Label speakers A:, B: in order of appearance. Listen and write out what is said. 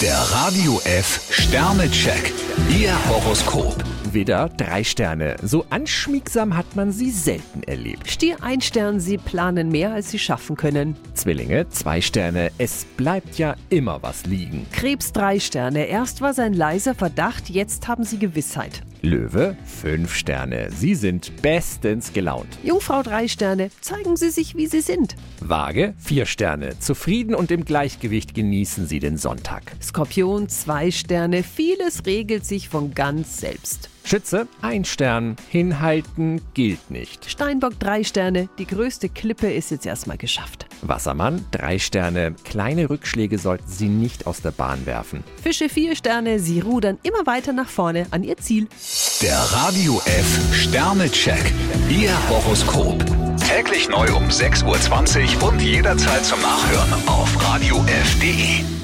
A: Der Radio F Sternecheck. Ihr Horoskop.
B: Widder, drei Sterne. So anschmiegsam hat man sie selten erlebt.
C: Stier ein Stern, Sie planen mehr, als Sie schaffen können.
B: Zwillinge, zwei Sterne. Es bleibt ja immer was liegen.
C: Krebs drei Sterne, erst war sein leiser Verdacht, jetzt haben Sie Gewissheit.
B: Löwe, fünf Sterne. Sie sind bestens gelaunt.
C: Jungfrau drei Sterne, zeigen Sie sich, wie Sie sind.
B: Waage, vier Sterne. Zufrieden und im Gleichgewicht genießen sie den Sonntag.
C: Skorpion zwei Sterne, vieles regelt sich von ganz selbst.
B: Schütze, ein Stern. Hinhalten gilt nicht.
C: Steinbock drei Sterne, die größte Klippe ist jetzt erstmal geschafft.
B: Wassermann, drei Sterne. Kleine Rückschläge sollten sie nicht aus der Bahn werfen.
C: Fische vier Sterne, Sie rudern immer weiter nach vorne an Ihr Ziel.
A: Der Radio F Sternecheck. Ihr Horoskop. Täglich neu um 6.20 Uhr und jederzeit zum Nachhören auf Radio radiof.de.